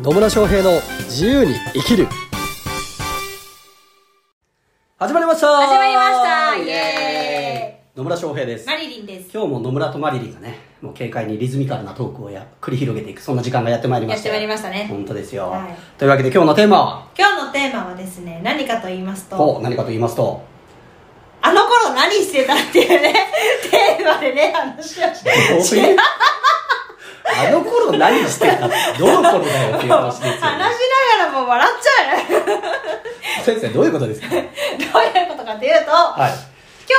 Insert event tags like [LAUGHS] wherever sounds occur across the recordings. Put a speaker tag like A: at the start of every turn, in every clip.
A: 野村翔平の自由に生きる始まりました
B: 始まりましたイエ
A: ーイ野村翔平です
B: マリリンです。
A: 今日も野村とマリリンがねもう軽快にリズミカルなトークをや繰り広げていくそんな時間がやってまいりましたよ
B: やってまいりましたね
A: 本当ですよ、
B: はい
A: というわけで今日のテーマは
B: 今日のテーマはですね、何かと言いますと、
A: お何かと言いますと
B: あの頃何してたっていうね、 [LAUGHS] テーマでね、
A: [LAUGHS]
B: 話をし
A: どう
B: て。
A: いうあの頃何してたどの頃だよっていう話ですよ、
B: [LAUGHS] 話しながらも笑っちゃう [LAUGHS] どう
A: 先生どういうことですかはい
B: いうことかというと、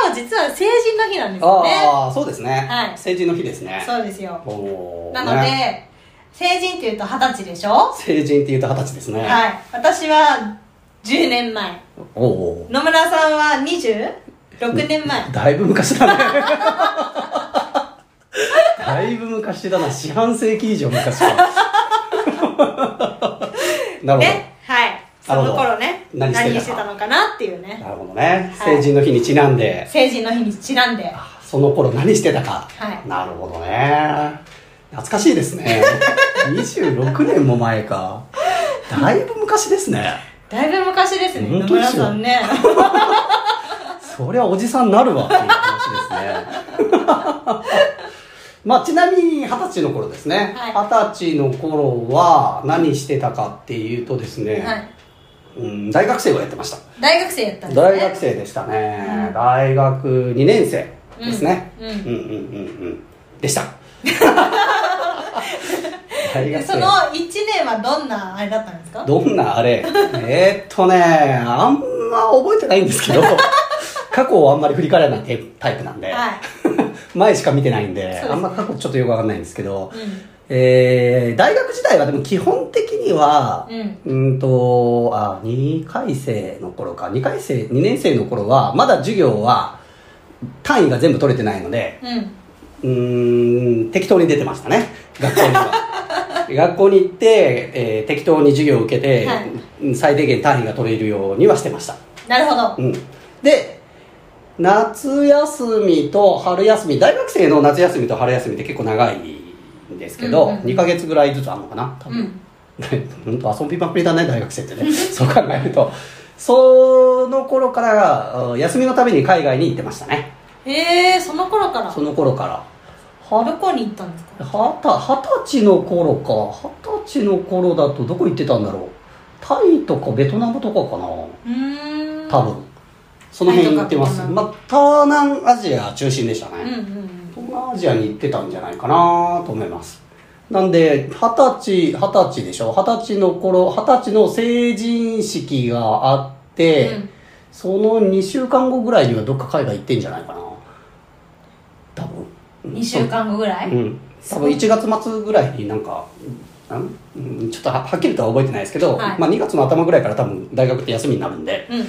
B: 今日実は成人の日なんですよね
A: ああそうですね、
B: はい
A: 成人の日ですね
B: そうですよ
A: おー
B: なので、
A: ね
B: 成人っていうと二十歳でしょ、
A: 成人っていうと二十歳ですね、
B: はい私は10年前
A: おお
B: 野村さんは26年前
A: だいぶ昔だねだいぶ昔だな四半世紀以上昔かなるほど、
B: ねはいそ
A: なる
B: の
A: ほど
B: 頃ね
A: 何してたか
B: してたのかなっていうね
A: なるほどね、
B: はい
A: 成人の日にちなんで
B: 成人の日にちなんで
A: その頃何してたか、
B: はい
A: なるほどね懐かしいです
B: [LAUGHS]
A: ね26年も前かだいぶ昔ですね
B: だいぶ昔ですね
A: 本
B: 野
A: 当で
B: 村
A: すよ
B: さんね
A: そりゃおじさんになるわっていう話ですね
B: [LAUGHS]
A: まあちなみに二十歳の頃ですね
B: はい
A: 二十、歳の頃は何してたかっていうとですね、
B: [LAUGHS] はい
A: うん、大学生をやってました
B: 大学生やったんですね
A: 大学生でしたね、
B: うん
A: 大学2年生ですね、
B: うんう
A: う
B: ん
A: んうんうんうんで
B: [LAUGHS]
A: した大
B: で
A: 学
B: その
A: 生
B: 1年はどんなあれだったんですか
A: どんなあれえーっとねあんま覚えてないんですけ
B: [LAUGHS]
A: ど過去をあんまり振り返らないタイプタイプなんで、
B: はい
A: [LAUGHS] 前しか見てないんで
B: です
A: あんま過去ちょっとよくわかんないんですけど、
B: うん
A: えー大学時代はでも基本的には
B: うん
A: うんとあ2回生の頃か2回生2年生の頃はまだ授業は単位が全部取れてないので
B: うん
A: うーん適当に出てましたね学校に
B: [LAUGHS]
A: は学校に行って、えー適当に授業を受けて、
B: はい
A: うん最低限単位が取れるようにはしてました
B: なるほど
A: うん、で夏休みと春休み大学生の夏休みと春休みって結構長いんですけど、
B: うんうんうん
A: 2ヶ月ぐらいずつあるのかな多
B: う
A: 分、
B: ん
A: [LAUGHS] 本当遊びまくりだね大学生ってね [LAUGHS] そう考えるとその頃からあ休みのために海外に行ってましたね
B: へえその頃から
A: その頃から
B: どこに行ったんですか
A: はた二十歳の頃か二十歳の頃だとどこ行ってたんだろうタイとかベトナムとかかな
B: うーん
A: 多分その辺行ってます
B: タイとかベトナ
A: まあ東南アジア中心でしたね、
B: うんうんうん
A: 東南アジアに行ってたんじゃないかなと思いますなんで二十歳二十歳でしょ二十歳の頃二十歳の成人式があって、
B: うん
A: その2週間後ぐらいにはどっか海外行ってんじゃないかな多分うん
B: 2週間後ぐらい
A: うん、多分1月末ぐらいになんかなんうんちょっとははっきりとは覚えてないですけど、
B: はい
A: まあ、2月の頭ぐらいから多分大学って休みになるんで
B: うんう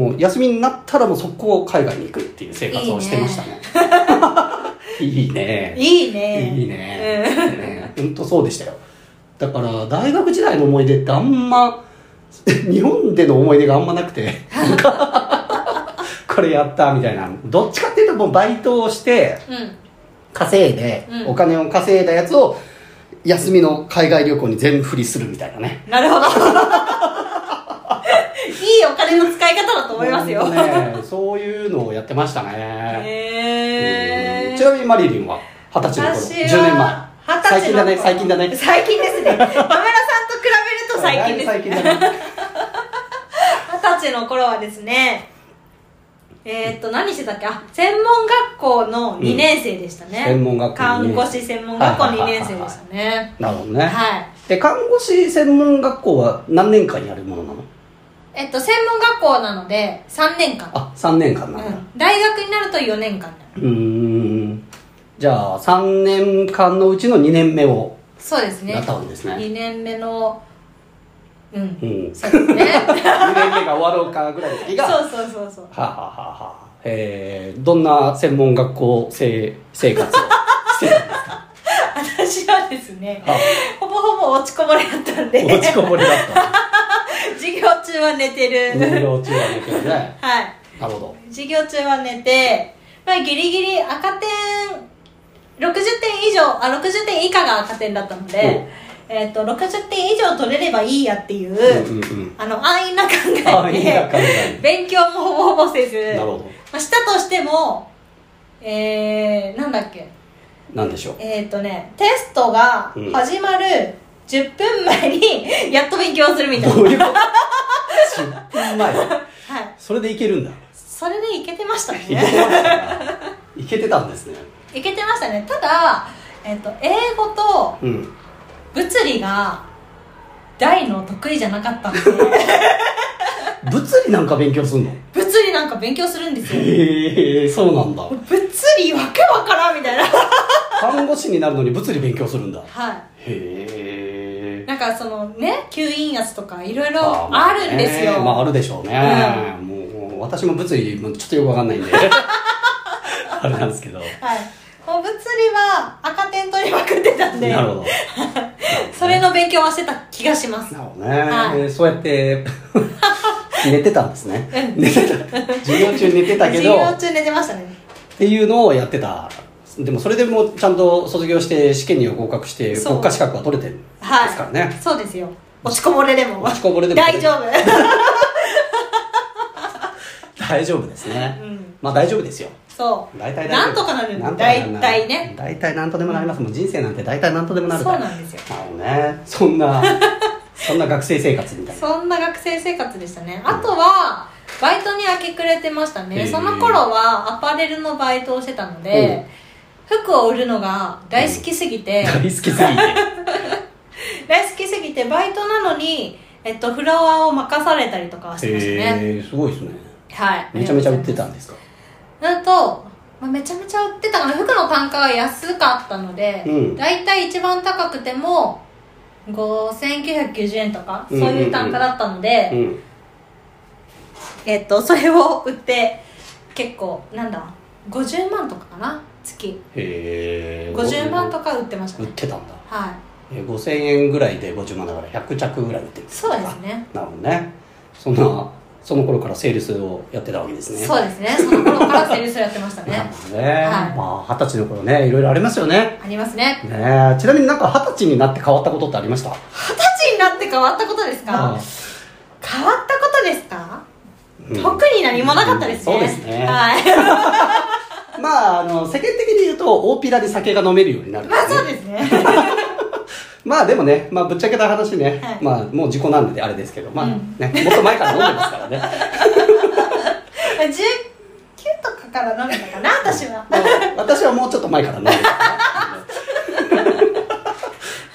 B: ん
A: もう休みになったらもう速攻海外に行くっていう生活をしてましたね
B: [LAUGHS]
A: いいね
B: いいね
A: いいね本当そうでしたよだから大学時代の思い出ってあんま [LAUGHS] 日本での思い出があんまなくて [LAUGHS] なんかこれやったみたいなどっちかっていうともうバイトをして
B: うんうん
A: 稼いで、
B: うん
A: お金を稼いだやつを休みの海外旅行に全振りするみたいなね
B: なるほど [LAUGHS] いいお金の使い方だと思いますよ
A: もうねそういうのをやってま
B: [LAUGHS]
A: したね、
B: へ
A: う
B: え
A: んちなみにマリリンは二十歳の頃
B: 私は
A: 10年前
B: 二十歳の頃
A: 最近だね最近だね
B: 最近ですね野村さんと比べると最近です
A: だいぶ最近だね
B: 二十歳の頃はですねえー、っと何してたっけあ専門学校の2年生でしたね、
A: 専門学校の二
B: 看
A: 年生
B: 護師専門学校2年生でしたね
A: なるほどね、
B: はい
A: で看護師専門学校は何年間やるものなの
B: えっと専門学校なので3年間、
A: あ三3年間
B: う
A: なんだ
B: ん、大学になると4年間になる
A: うーんじゃあ3年間のうちの2年目を
B: そうですね
A: やったわけですね
B: 2年目のうん
A: うん、
B: そうです
A: 2年
B: ね
A: 目が終わろうかぐらいの時が
B: そうそうそうそう
A: はあ、はあはあ、えー、どんな専門学校生生活をし
B: [LAUGHS]
A: てるんですか
B: 私はですね
A: あ
B: ほぼほぼ落ちこぼれだったんで
A: 落ちこぼれだ
B: [LAUGHS]
A: った
B: 授業中は寝て
A: 運
B: る
A: 動中はねけどね
B: はい
A: なるほ
B: 授業中は寝て、まあ、ギリギリ赤点60点以上あ60点以下が赤点だったので、えっと60点以上取れればいいやっていう、
A: うんうんうん
B: あの安易な考
A: ああ
B: え
A: いいな
B: で
A: 考え
B: 勉強もほぼほぼせず
A: なるほど
B: まあ、したとしてもえー、なんだっけ
A: なんでしょう
B: えっ、とねテストが
A: うん
B: 始まる10分前にやっと勉強するみたいな、
A: どういう [LAUGHS] こと10分前
B: はい
A: それでいけるんだ
B: それでいけてました
A: いけてまし
B: ね
A: たねいけてたんですね
B: いけてましたねただ、えっと英語と
A: うん
B: 物理が大の得意じゃなかったんで
A: [LAUGHS] 物理なんか勉強すんの
B: 物理なんか勉強するんですよ
A: へえそうなんだ
B: 物理わけわからんみたいな
A: 看護師になるのに物理勉強するんだ
B: は
A: へ
B: い
A: え
B: なんかそのね吸引圧とかいろいろあるんですよ、
A: まああるでしょうね、もう私も物理もちょっとよくわかんないん [LAUGHS] であれなんですけど、
B: はいもう物理は赤点取りまくってたんで
A: なる [LAUGHS] ほど
B: それの勉強はしてた気がします
A: なるほどね、
B: はい
A: えーそうやって [LAUGHS] 寝てたんですね
B: うん
A: 寝てた授業中寝てたけ
B: 授
A: ど
B: 業中寝てましたね
A: っていうのをやってたでもそれでもうちゃんと卒業して試験には合格して
B: そう
A: 国家資格は取れてるんです
B: はい
A: からね、
B: そうですよ落ちこぼれでも
A: 落ちこぼれでも
B: 大丈夫
A: 大丈夫ですね、
B: うん
A: まあ大丈夫ですよ
B: そう
A: 大体大丈夫
B: なんとかなるん
A: なん
B: だ
A: とかなる
B: 大体ね
A: 大体なんとでもなりますもう人生なんて大体なんとでもなるから
B: そうなんです
A: な
B: よ
A: るほどねそんな [LAUGHS] そんな学生生活みたいな
B: そんな学生生活でしたねあとはバイトに明け暮れてましたね、
A: へー
B: その頃はアパレルのバイトをしてたので、服を売るのが大好きすぎて、
A: 大好きすぎて
B: [LAUGHS] 大好きすぎてバイトなのに、えっと、フロアを任されたりとかはしてましたね、
A: へえすごいですね
B: はい
A: めちゃめちゃ売ってたんですか
B: なんと、まあ、めちゃめちゃ売ってたかな服の単価は安かったので、
A: うん
B: だいたい一番高くても5990円とか、
A: うんうんうん
B: そういう単価だったので、
A: うん
B: えっとそれを売って結構なんだ50万とかかな月
A: へえ
B: 50万とか売ってました
A: 売っ
B: ね
A: てたんだ
B: はい
A: えー5000円ぐらいで50万だから100着ぐらい売ってる
B: そうですね
A: なるほどねそんなその頃からセールスをやってたわけですね
B: そうですねその頃からセールスやってまし
A: [LAUGHS]
B: た
A: なる
B: ね
A: ほどね、
B: はい
A: まあ二十歳の頃ねいろいろありますよね
B: ありますね
A: ねえちなみになんか二十歳になって変わったことってありました
B: 二十歳になって変わったことですか変わったことですか、
A: うん
B: 特に何もなかったですね、
A: うんそうですね
B: はい
A: まああの世間的に言うと大ピラで酒が飲めるようになる、
B: まあそうですね
A: まあでもね、まあ、ぶっちゃけた話ね、
B: はい
A: まあもう事故なんであれですけどまあ、
B: うん
A: ねもっと前から飲んでますからね
B: 19とかから飲めたかな私は
A: まあ [LAUGHS] 私はもうちょっと前から飲んで
B: [LAUGHS]
A: ますからね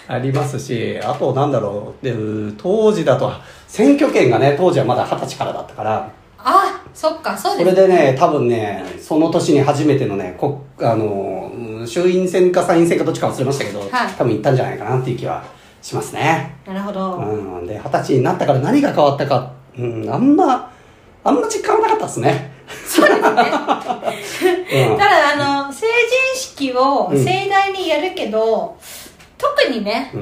A: ありますしあとなんだろうで当時だと選挙権がね当時はまだ二十歳からだったから
B: あそっかそう
A: そ
B: です
A: れ
B: ね
A: でね多分ねその年に初めてのねこあのうん衆院選か参院選かどっちか忘れましたけど、
B: はい
A: 多分行ったんじゃないかなっていう気はしますね、
B: なるほど、
A: うん、で二十歳になったから何が変わったか、うん、あんまあんま実感はなかったですね、
B: そ
A: [LAUGHS]
B: うですね
A: うん
B: た、だあの成人式を
A: うん
B: 盛大にやるけど、特にね
A: う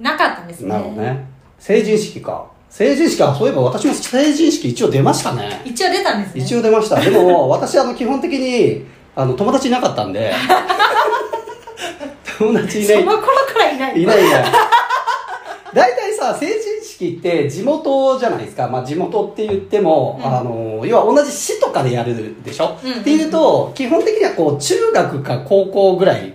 B: なかったんです
A: ん、
B: ね
A: なるほどね成人式か成人式あそういえば私も成人式一応出ましたね
B: 一応出たんですね
A: 一応出ましたでも私あの基本的にあの友達いなかったん
B: [LAUGHS]
A: で友達いな
B: そ
A: い
B: の頃からいない
A: いないいない大体さ成人式って地元じゃないですか、まあ、地元って言っても、
B: うん
A: あの要は同じ市とかでやるでしょ、
B: うんうんうん
A: っていうと基本的にはこう中学か高校ぐらい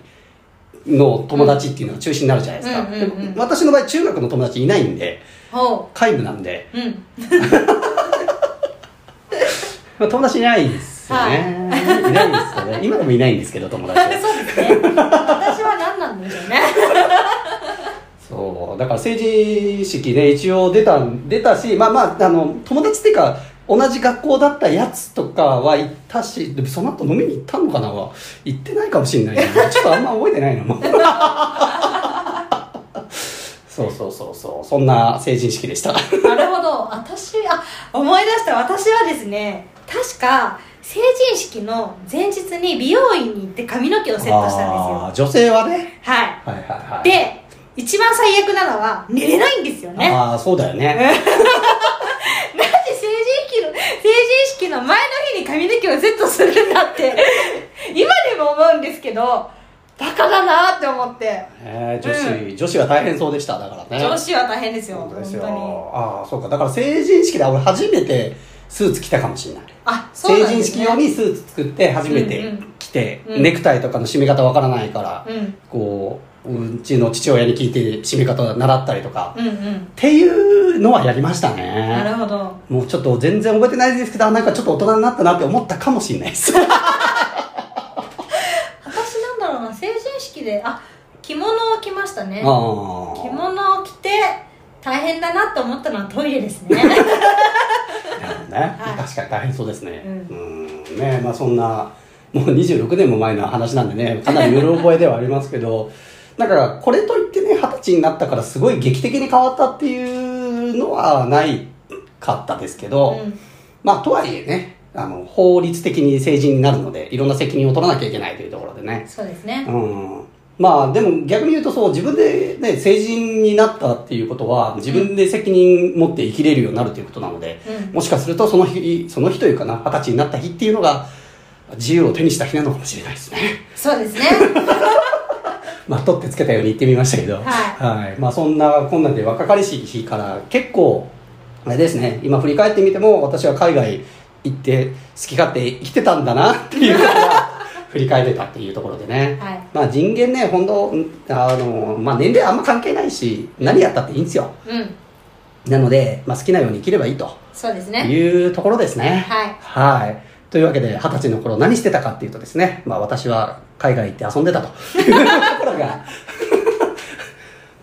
A: の友達っていうのが中心になるじゃないですか、
B: うんうんうんうん
A: で私の場合中学の友達いないんで
B: ほ
A: 皆無なんで、
B: ううん [LAUGHS]
A: まあ友達いないですよね、い、ないですよね今でもいないんですけど友達は
B: そうですね私は何なんでしょうね [LAUGHS]
A: そうだから成人式ね一応出た出たしまあまああの友達っていうか同じ学校だったやつとかはいたしでもその後飲みに行ったのかなは行ってないかもしれないなちょっとあんま覚えて [LAUGHS] ないなもうそうそうそうそうそんな成人式でした
B: なるほど私あ思い出した私はですね確か成人式の前日に美容院に行って髪の毛をセットしたんです
A: あ
B: よ
A: ー女性はね
B: は
A: はいはいはいい
B: で一番最悪なのは寝れないんですよね
A: ああそうだよね
B: なんで成人式の成人
A: [LAUGHS]
B: 式の前の日に髪の毛をセットするんだって今でも思うんですけどバカだなって思って
A: えー女子、女子が大変そうでしただからね
B: 女子は大変ですよ
A: 本
B: 本
A: 当
B: 当
A: です
B: に
A: よああそうかだから成人式で俺初めてスーツ着たかもしれない
B: あそう
A: 成
B: なん
A: 人
B: です
A: 式
B: ね
A: 用にスーツ作って初めて着て、
B: うんうん
A: ネクタイとかの締め方わからないから、
B: うん
A: こううちの父親に聞いて締め方習ったりとか、っ
B: うんうん
A: ていうのはやりました
B: なる
A: ね
B: ほど
A: もうちょっと全然覚えてないですけどあなんかちょっと大人になったなって思ったかもしれないです
B: 私なんだろうな成人式であ着物を着ましたね
A: [LAUGHS] あ
B: 着
A: ー
B: 物を着て大変だなって思ったのはトイレで
A: [LAUGHS]
B: すね
A: なるほどね、
B: はい
A: 確かに大変そうですね
B: う
A: うんんねまあそんなもう26年も前の話なんでねかなりうろ覚えではありますけど [LAUGHS] だからこれといってね二十歳になったからすごい劇的に変わったっていうのはないかったですけど、
B: うん
A: まあとはいえねあの法律的に成人になるのでいろんな責任を取らなきゃいけないというところでね
B: そうですね
A: うんまあでも逆に言うとそう自分で、ね、成人になったっていうことは自分で責任持って生きれるようになるということなので、
B: うん
A: もしかするとその日その日というかな二十歳になった日っていうのが自由を手にした日なのかもしれないですね。
B: そ
A: [LAUGHS]
B: うですね
A: まあ、取ってつけたように言ってみましたけど、
B: い
A: はいまあ、そんなこんなで若かりしい日から結構あれですね今振り返ってみても私は海外行って好き勝手生きてたんだなっていうことが振り返れたっていうところでね、
B: はい
A: まあ、人間ね本当うんあの、まあ、年齢あんま関係ないし何やったっていいんですよ
B: うん
A: なので、まあ、好きなように生きればいいと
B: そうですね
A: いうところですね
B: はい
A: はいというわけで二十歳の頃何してたかっていうとですね、まあ、私は海外行って遊んでたというところが [LAUGHS]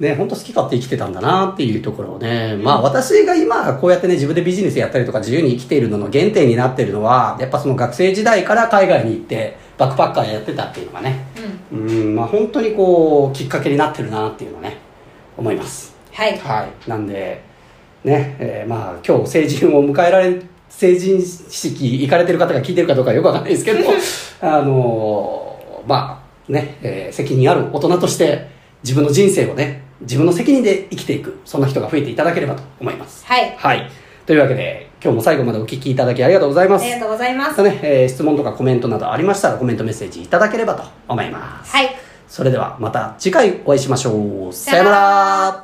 A: ね本当好き勝手生きてたんだなっていうところをね、まあ私が今こうやってね自分でビジネスやったりとか自由に生きているのの原点になってるのはやっぱその学生時代から海外に行ってバックパッカーやってたっていうのがね
B: うん
A: うんまあ本当にこうきっかけになってるなっていうのをね思います
B: はい
A: はい、なんで、ねえーまあ、今日成人を迎えられ成人式行かれてる方が聞いてるかどうかよくわかんないですけど
B: [LAUGHS]
A: あのーまあね、えー責任ある大人として自分の人生をね自分の責任で生きていくそんな人が増えていただければと思います。
B: はい
A: はい、というわけで今日も最後までお聞きいただきありがとうございま
B: あ
A: す。
B: りがとうございま
A: ますたね、えー質問とかコメントなどありましたらコメントメッセージいただければと思います。
B: はい
A: それではまた次回お会いしましょう。さような
B: さような
A: ら
B: ら。